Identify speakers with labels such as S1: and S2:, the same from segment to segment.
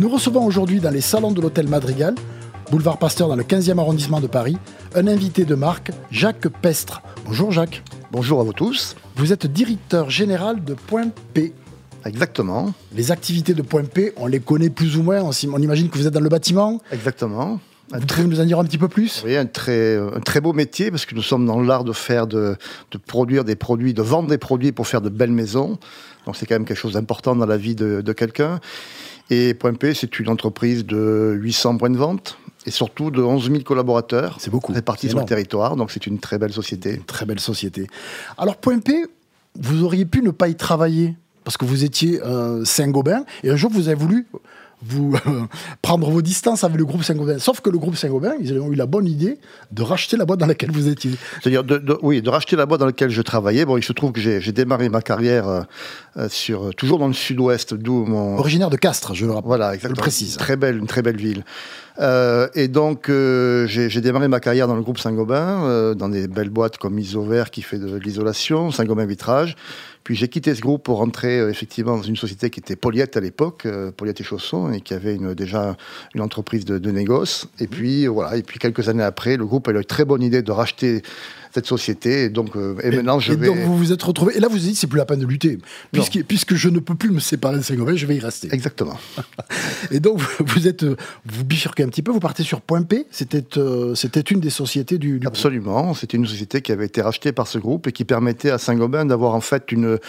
S1: Nous recevons aujourd'hui dans les salons de l'hôtel Madrigal, boulevard Pasteur dans le 15e arrondissement de Paris, un invité de marque, Jacques Pestre. Bonjour Jacques.
S2: Bonjour à vous tous.
S1: Vous êtes directeur général de Point P.
S2: Exactement,
S1: Les activités de Point P, on les connaît plus ou moins, on, s'im- on imagine que vous êtes dans le bâtiment.
S2: exactement. Un
S1: Vous
S2: très,
S1: pouvez nous en dire un petit peu plus
S2: oui, un très, un très beau métier parce que nous sommes dans l'art de faire, de, de produire des produits, de vendre des produits pour faire de belles maisons. Donc c'est quand même quelque chose d'important dans la vie de, de quelqu'un. Et Point P, c'est une entreprise de 800 points de vente et surtout de 11 000 collaborateurs.
S1: C'est beaucoup.
S2: Répartis
S1: C'est
S2: sur le
S1: énorme.
S2: territoire, donc c'est une très belle société.
S1: Très belle société. Alors, Point P, vous auriez pu ne pas y travailler parce que vous étiez euh, Saint-Gobain et un jour vous avez voulu vous prendre vos distances avec le groupe Saint-Gobain. Sauf que le groupe Saint-Gobain, ils ont eu la bonne idée de racheter la boîte dans laquelle vous étiez.
S2: C'est-à-dire, de, de- oui, de racheter la boîte dans laquelle je travaillais. Bon, il se trouve que j'ai j'ai démarré ma carrière euh, euh, sur, toujours dans le sud-ouest, d'où mon,
S1: Originaire de Castres, je le rappelle.
S2: Voilà, exactement.
S1: précise.
S2: Très belle, une très belle ville. Euh, et donc, euh, j'ai j'ai démarré ma carrière dans le groupe Saint-Gobain, euh, dans des belles boîtes comme Isovert qui fait de l'isolation, Saint-Gobain Vitrage. Puis j'ai quitté ce groupe pour rentrer euh, effectivement dans une société qui était Poliette à l'époque, euh, Poliette et Chaussons, et qui avait une, déjà une entreprise de, de négoce.
S1: Mmh.
S2: Et puis euh, voilà, et puis quelques années après, le groupe a eu la très bonne idée de racheter cette société. Et donc, euh, et, maintenant, je
S1: et
S2: vais.
S1: donc vous vous êtes retrouvé. Et là, vous vous dites, c'est plus la peine de lutter. Puisque, puisque je ne peux plus me séparer de Saint-Gobain, je vais y rester.
S2: Exactement.
S1: Et donc, vous- vous êtes, euh, vous bifurquez un petit peu, vous partez sur Point P. C'était, euh, c'était une des sociétés du, du groupe.
S2: Absolument. C'était une société qui avait été rachetée par ce groupe et qui permettait à Saint-Gobain d'avoir en fait une,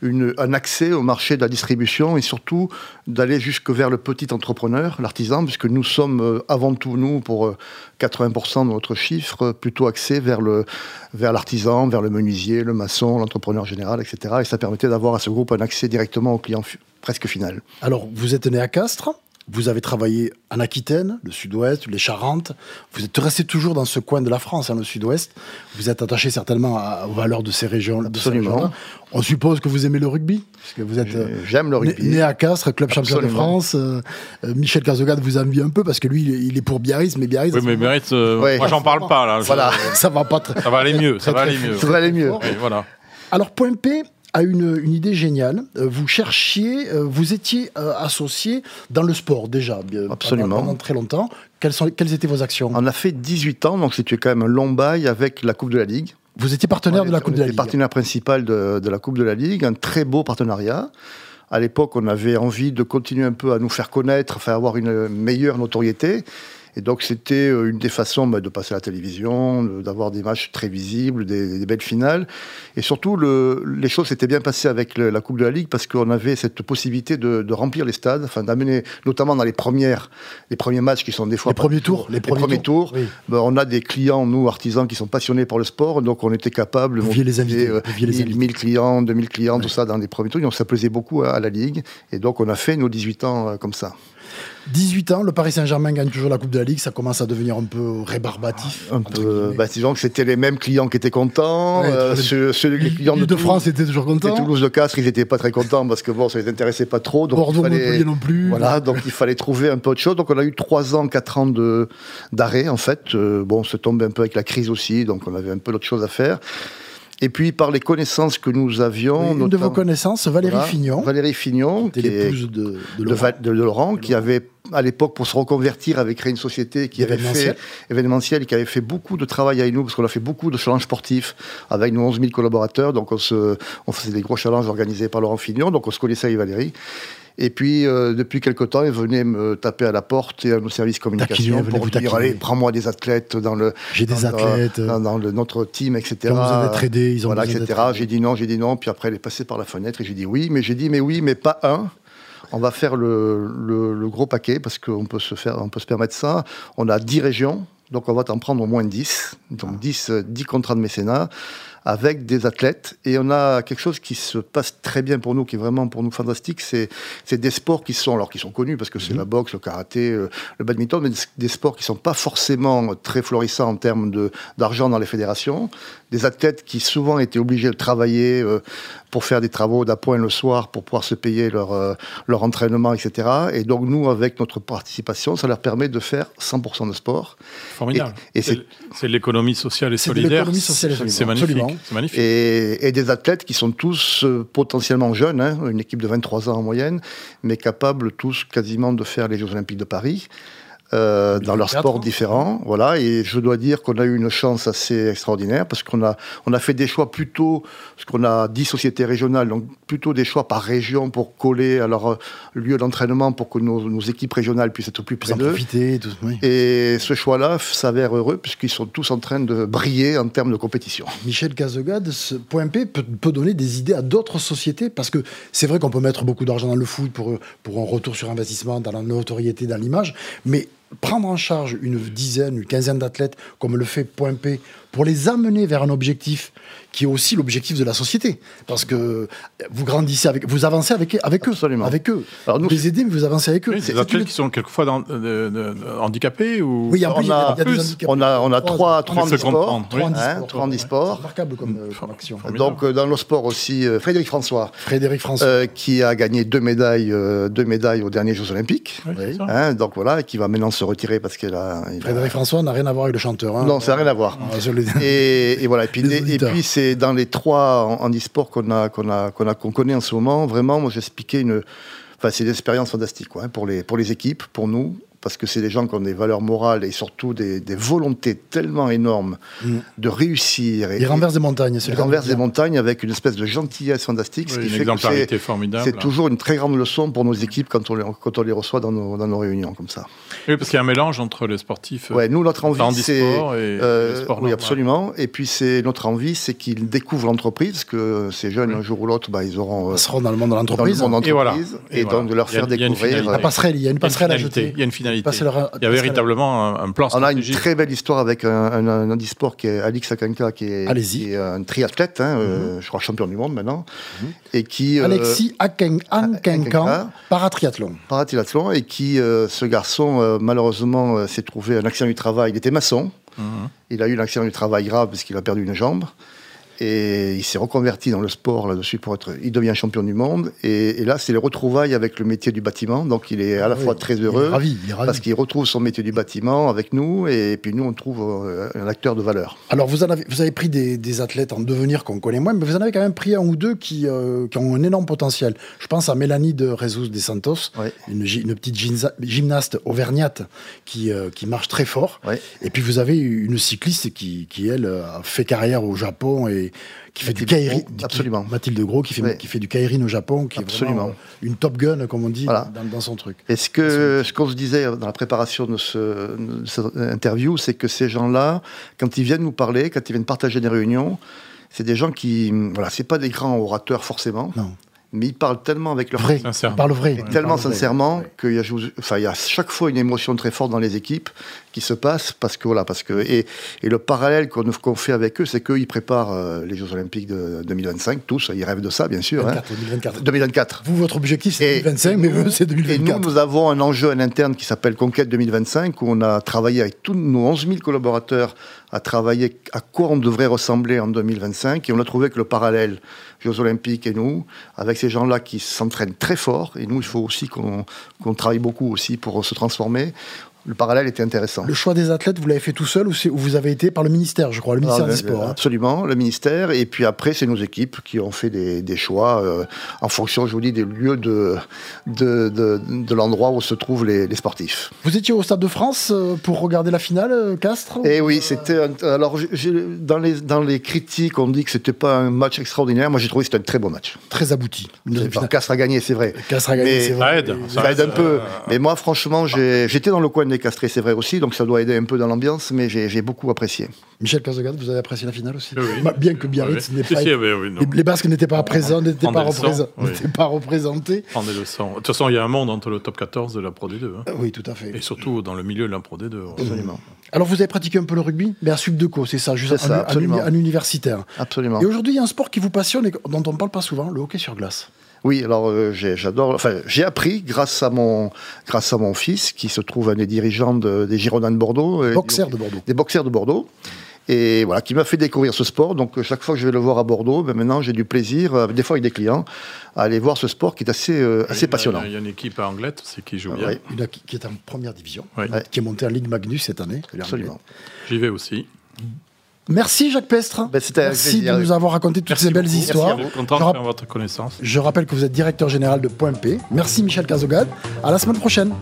S2: une- un accès au marché de la distribution et surtout d'aller jusque vers le petit entrepreneur, l'artisan, puisque nous sommes euh, avant tout, nous, pour euh, 80% de notre chiffre, euh, plutôt axés vers le vers l'artisan, vers le menuisier, le maçon, l'entrepreneur général, etc. Et ça permettait d'avoir à ce groupe un accès directement au client fi- presque final.
S1: Alors, vous êtes né à Castres, vous avez travaillé en Aquitaine, le sud-ouest, les Charentes. Vous êtes resté toujours dans ce coin de la France, hein, le sud-ouest. Vous êtes attaché certainement à- aux valeurs de ces régions. de ces
S2: Absolument.
S1: régions-là. On suppose que vous aimez le rugby, puisque vous êtes. euh,
S2: J'aime le
S1: Né,
S2: rugby.
S1: né à Castres, club champion de
S2: Absolument.
S1: France. euh, euh, Michel Cazogade vous envie un peu parce que lui, il est- il est pour Biarritz, mais Biarritz,
S3: Oui, mais Biarritz, euh,
S2: Ouais.
S3: moi j'en parle pas là. Je-
S2: Voilà.
S1: ça va pas très.
S3: Ça va aller mieux, ça va aller mieux.
S2: Ça va aller mieux.
S3: Oui, voilà.
S1: Alors, Point P a une, une idée géniale. Euh, Vous cherchiez, euh, vous étiez euh, associé dans le sport déjà, bien-
S2: Absolument. Ah.
S1: Pendant, pendant très longtemps. Quelles, sont, quelles étaient vos actions
S2: On a fait 18 ans, donc c'était quand même un long bail avec la Coupe de la Ligue.
S1: Vous étiez partenaire
S2: On
S1: de la
S2: était-
S1: Coupe
S2: on
S1: de la
S2: était
S1: Ligue.
S2: partenaire principal de, de la Coupe de la Ligue, un très beau partenariat. À l'époque, on avait envie de continuer un peu à nous faire connaître, enfin avoir une meilleure notoriété. Et donc, c'était euh, une des façons bah, de passer à la télévision, de- d'avoir des matchs très visibles, des, des belles finales. Et surtout, le- les choses s'étaient bien passées avec le- la Coupe de la Ligue parce qu'on avait cette possibilité de, de remplir les stades, enfin d'amener, notamment dans les premières, les premiers matchs qui sont des fois
S1: Les premiers tours, les
S2: les
S1: premiers
S2: premiers, tours.
S1: Oui.
S2: Ben, on a des clients, nous, artisans, qui sont passionnés par le sport, donc on était capable
S1: Vous pouviez les inviter, vous pouviez les inviter.
S2: 1000 clients, 2000 clients, tout ça dans les premiers tours. Donc ça plaisait beaucoup à, à la Ligue. Et donc on a fait nos 18 ans euh, comme ça.
S1: 18 ans, le Paris Saint-Germain gagne toujours la Coupe de la Ligue, ça commence à devenir un peu rébarbatif.
S2: Un
S1: entre
S2: peu,
S1: guillemets.
S2: ben, disons que c'était les mêmes clients qui étaient contents.
S1: Ouais,
S2: euh,
S1: les-
S2: ceux, ceux- les
S1: L'île
S2: clients de,
S1: de
S2: Toulouse-
S1: France était toujours
S2: les
S1: content.
S2: Toulouse de Castres, ils n'étaient pas très contents parce que bon, ça les intéressait pas trop. Donc il
S1: Bordeaux,
S2: fallait-
S1: Montpellier non plus.
S2: Voilà, donc il fallait trouver un peu autre chose. Donc on a eu trois ans, quatre ans de d'arrêt en fait. Euh, bon, on se tombe un peu avec la crise aussi, donc on avait un peu d'autres choses à faire. Et puis par les connaissances que nous avions,
S1: Une de
S2: notamment-
S1: vos connaissances, Valérie
S2: voilà,
S1: Fignon,
S2: Valérie Fignon,
S1: qui
S2: qui
S1: était
S2: est
S1: l'épouse de, de
S2: de,
S1: Laurent.
S2: Val- de- de Laurent, qui avait à l'époque pour se reconvertir avait créé une société qui avait
S1: Événementielle.
S2: fait événementielle, et qui avait fait beaucoup de travail avec nous parce qu'on a fait beaucoup de challenges sportifs avec nos 11 000 collaborateurs. Donc on se, on faisait des gros challenges organisés par Laurent Fignon, donc on se connaissait avec Valérie. Et puis, euh, depuis quelque temps, il venait me taper à la porte et à nos services
S1: Taquiner,
S2: communication
S1: venez
S2: pour
S1: vous
S2: dire
S1: taquiner.
S2: Allez, prends-moi des athlètes dans, le,
S1: J'ai des
S2: dans-
S1: athlètes. euh,
S2: dans, dans le- notre team, etc.
S1: Ils ont besoin d'être aidés, ils ont
S2: Voilà,
S1: besoin
S2: etc.
S1: d'être-
S2: J'ai dit non, j'ai dit non, puis après elle est passée par la fenêtre et j'ai dit oui, mais j'ai dit mais oui, mais pas un. On va faire le, le- le gros paquet parce qu'on peut se faire, on peut se permettre ça.
S1: Ah.
S2: On a 10 régions, donc on va t'en prendre au moins 10. Donc 10, euh, 10 contrats de mécénat avec des athlètes. Et on a quelque chose qui se passe très bien pour nous, qui est vraiment pour nous fantastique. C'est c'est des sports qui sont, alors qui sont connus, parce que
S1: Mhm.
S2: c'est la boxe, le karaté, euh, le badminton, mais des, des sports qui ne sont pas forcément très florissants en termes de- d'argent dans les fédérations. Des athlètes qui souvent étaient obligés de travailler euh, pour faire des travaux d'appoint le soir, pour pouvoir se payer leur, euh, leur entraînement, etc. Et donc nous, avec notre participation, ça leur permet de faire 100% de sport.
S4: Formidable.
S2: Et- et c'est-
S4: c'est c'est de l'économie sociale et
S1: C'est de
S4: solidaire.
S1: l'économie sociale et
S4: C'est
S1: solidaire,
S4: magnifique.
S1: absolument.
S4: C'est magnifique.
S2: Et, et des athlètes qui sont tous euh, potentiellement jeunes, hein, une équipe de 23 ans en moyenne, mais capables tous quasiment de faire les Jeux Olympiques de Paris. euh, dans leurs
S1: 24,
S2: sports
S1: hein.
S2: différents, voilà. Et je dois dire qu'on a eu une chance assez extraordinaire parce qu'on a on a fait des choix plutôt, parce qu'on a 10 sociétés régionales, donc plutôt des choix par région pour coller à leur euh, lieu d'entraînement pour que nos, nos équipes régionales puissent être plus
S1: Vous
S2: près
S1: en
S2: d'eux.
S1: profitez, tout. Oui.
S2: Et ce choix-là f- s'avère heureux puisqu'ils sont tous en train de briller en termes de compétition.
S1: Michel Cazegade, ce point P peut, peut donner des idées à d'autres sociétés parce que c'est vrai qu'on peut mettre beaucoup d'argent dans le foot pour, pour un retour sur investissement, dans la notoriété, dans l'image, mais prendre en charge une dizaine, une quinzaine d'athlètes comme le fait point P pour les amener vers un objectif qui est aussi l'objectif de la société parce que vous grandissez avec, vous avancez avec, avec eux,
S2: Absolument.
S1: avec eux.
S2: Alors nous,
S1: vous les aidez, mais vous avancez avec eux.
S4: Oui,
S1: C'est
S4: c'est
S3: Des
S1: une-
S3: athlètes qui sont quelquefois dans- euh, de- de- handicapés ou.
S1: Oui, il y a, en plus, il y a- il y a
S3: plus,
S1: des handicaps.
S2: On a, on a trois, trois
S3: Faut se
S2: handisports.
S3: comprendre, oui.
S1: Trois handisports.
S2: Hein, trois
S1: C'est
S2: handisports.
S1: remarquable comme, euh, comme action.
S2: Donc euh, dans le sport aussi, euh, Frédéric François,
S1: Frédéric François.
S2: euh, qui a gagné deux médailles, euh, deux médailles aux derniers Jeux Olympiques.
S4: Oui, c'est ça.
S2: Hein, donc voilà, et qui va maintenant se retirer parce qu'elle a. il a-
S1: Frédéric François n'a rien à voir avec le chanteur. hein.
S2: Non, ça n'a rien à voir.
S1: Ah, je le dis.
S2: Et, et voilà. Et puis,
S1: Les
S2: et- et
S1: auditeurs.
S2: puis c'est dans les trois en- handisports qu'on a, qu'on a, qu'on a, qu'on connaît en ce moment. Vraiment, moi, j'expliquais une. Enfin, c'est une expérience fantastique quoi, hein, pour les, pour les équipes, pour nous, parce que c'est des gens qui ont des valeurs morales et surtout des, des volontés tellement énormes
S1: Mm.
S2: de réussir. Et,
S1: Il renverse des montagnes. c'est
S2: Il
S1: le cas de
S2: renverse
S1: le
S2: des
S1: dire.
S2: montagnes avec une espèce de gentillesse fantastique, ce
S3: Oui,
S2: qui
S3: une
S2: fait que c'est-
S3: exemplarité formidable.
S2: c'est toujours une très grande leçon pour nos équipes quand on les, quand on les reçoit dans nos, dans nos réunions comme ça.
S3: Oui, parce qu'il y a un mélange entre les sportifs euh,
S2: Ouais, nous, notre envie, c'est...
S3: handisport et
S2: euh,
S3: les sports
S2: oui,
S3: normaux.
S2: absolument. Et puis, c'est notre envie, c'est qu'ils découvrent l'entreprise, que ces jeunes, un jour ou l'autre, bah, ils auront... euh,
S1: Ils seront dans le monde de
S2: dans le
S1: l'entreprise.
S2: monde
S1: La
S2: entreprise, et,
S3: Et voilà. Et
S2: donc
S3: voilà.
S2: de leur
S3: Il y a-
S2: faire
S3: il y a une
S2: découvrir...
S3: finalité.
S2: euh,
S1: passerelle, il y a une
S3: Il y a une
S1: passerelle à
S3: finalité,
S1: jeter.
S3: Il y a une finalité.
S1: Passerelle à-
S3: Il y avait
S1: passerelle à-
S3: véritablement un, un plan
S2: on a une
S3: stratégique.
S2: très belle histoire avec un, un, un handisport qui est Alix Akanka, qui est,
S1: Allez-y. Mhm.
S2: qui est un triathlète, hein, euh, je crois champion du monde maintenant, et qui... euh, Ah,
S1: Alexis Aken- Ankenkan,
S2: Ankenkan,
S1: paratriathlon.
S2: paratriathlon et qui, euh, ce garçon, euh, malheureusement, euh, s'est trouvé un accident du travail. Il était maçon.
S1: Mmh.
S3: Mhm.
S2: Il a eu un accident du travail grave parce qu'il a perdu une jambe. Et il s'est reconverti dans le sport là-dessus pour être. Il devient champion du monde. Et, et là, c'est les retrouvailles avec le métier du bâtiment. Donc, il est à la
S1: Oui,
S2: fois très
S1: Il est
S2: heureux
S1: ravi, il est ravi.
S2: parce qu'il retrouve son métier du bâtiment avec nous. Et puis, nous, on trouve euh, un acteur de valeur.
S1: Alors, vous, en avez, vous avez pris des, des athlètes en devenir qu'on connaît moins, mais vous en avez quand même pris un ou deux qui, euh, qui ont un énorme potentiel. Je pense à Mélanie de Jesus de Santos,
S2: Ouais.
S1: une, gy- une petite gymsa- gymnaste auvergnate qui, euh, qui marche très fort.
S2: Ouais.
S1: Et puis, vous avez une cycliste qui, qui elle, a fait carrière au Japon et qui fait
S2: Mathilde
S1: du kairin.
S2: Gros, absolument.
S1: Mathilde Gros, qui fait,
S2: Ouais.
S1: qui fait du kairin au Japon, qui est
S2: Absolument.
S1: vraiment euh, une top gun, comme on dit,
S2: Voilà.
S1: dans, dans son truc.
S2: Et ce que ce qu'on se disait dans la préparation de, ce, de cette interview, c'est que ces gens-là, quand ils viennent nous parler, quand ils viennent partager des réunions, c'est des gens qui, voilà, c'est pas des grands orateurs forcément,
S1: Non.
S2: mais ils parlent tellement avec leur
S1: Vrai,
S3: Sincère.
S1: on parle vrai.
S2: et
S1: on
S2: tellement
S1: parle vrai.
S2: sincèrement
S1: Ouais.
S2: qu'il y, a- enfin, il y a chaque fois une émotion très forte dans les équipes qui se passe parce que voilà parce que et, et le parallèle qu'on qu'on fait avec eux, c'est qu'ils préparent euh, les Jeux Olympiques de 2025 tous, ils rêvent de ça bien sûr, hein.
S1: 24, 2024.
S2: 2024.
S1: Vous, votre objectif, c'est
S2: Et-
S1: 2025, mais eux, c'est
S2: Et nous,
S1: 2024.
S2: nous avons un enjeu à l'interne qui s'appelle Conquête 2025, où on a travaillé avec tous nos 11 000 collaborateurs à travailler à quoi on devrait ressembler en 2025. Et on a trouvé que le parallèle Jeux Olympiques et nous, avec ces gens-là qui s'entraînent très fort, et nous, il faut aussi qu'on qu'on travaille beaucoup aussi pour se transformer, le parallèle était intéressant.
S1: Le choix des athlètes, vous l'avez fait tout seul ou, c'est- ou vous avez été par le ministère, je crois, le ministère
S2: Alors,
S1: des
S2: le-
S1: Sports hein.
S2: Ah, ben, Absolument, le ministère. Et puis après, c'est nos équipes qui ont fait des, des choix euh, en fonction, je vous dis, des lieux de, de, de, de l'endroit où se trouvent les- les sportifs.
S1: Vous étiez au Stade de France euh, pour regarder la finale, euh, Castres
S2: Eh oui, c'était un- alors j'ai- j'ai- dans les dans les critiques on dit que c'était pas un match extraordinaire. Moi j'ai trouvé que c'était un très beau match.
S1: Très abouti. Une deuxième finale.
S2: Castres a gagné, c'est vrai.
S1: Castres a gagné,
S2: Mais-
S1: c'est
S3: Ça
S1: vrai.
S3: aide.
S1: Et-
S3: Ça
S2: Ça aide un peu. Mais moi franchement j'ai- j'étais dans le coin est castré, c'est vrai aussi, donc ça doit aider un peu dans l'ambiance, mais j'ai j'ai beaucoup apprécié.
S1: Michel Cazogade, vous avez apprécié la finale aussi
S3: Oui.
S1: Bah, Bien que Biarritz
S3: Oui.
S1: n'ait
S3: Si,
S1: pas.
S3: si, oui, oui, non.
S1: les, les Basques n'étaient pas présents, n'étaient pas,
S3: prendre des leçons,
S1: représent-
S3: oui.
S1: n'étaient pas représentés.
S3: Prendre des leçons. De toute façon, il y a un monde entre le top 14 et la Pro D2. hein.
S1: Euh, Oui, tout à fait.
S3: Et surtout dans le milieu de la Pro D2. on-
S2: Absolument.
S1: Alors, vous avez pratiqué un peu le rugby Mais à Subdeco, c'est ça, juste
S2: C'est ça,
S1: en, en uni-
S2: absolument.
S1: en universitaire.
S2: Absolument.
S1: Et aujourd'hui, il y a un sport qui vous passionne et dont on ne parle pas souvent, le hockey sur glace.
S2: Oui, alors euh, j'ai- j'adore. Enfin, j'ai appris grâce à mon grâce à mon fils qui se trouve un des dirigeants de- des Girondins de Bordeaux, euh,
S1: Boxer de Bordeaux.
S2: des boxeurs de Bordeaux, et voilà qui m'a fait découvrir ce sport. Donc euh, chaque fois que je vais le voir à Bordeaux, ben, maintenant j'ai du plaisir, euh, des fois avec des clients, à aller voir ce sport qui est assez euh,
S3: Ah, Il y a-
S2: assez passionnant.
S3: Il y a une équipe à Anglette aussi qui joue
S2: Ah,
S3: bien.
S2: ouais,
S1: Il y en a qui, qui est en première division,
S3: Ouais.
S2: Ouais.
S1: qui est montée en Ligue Magnus cette année.
S2: Absolument.
S3: J'y vais aussi.
S1: Merci Jacques Pestre.
S2: Ben, c'était un
S1: Merci
S2: plaisir.
S1: de nous avoir raconté toutes ces belles histoires.
S3: Je suis content
S1: Je
S3: de
S1: rapp-
S3: faire votre connaissance.
S1: Je rappelle que vous êtes directeur général de Point P. Merci Michel Cazogade. À la semaine prochaine.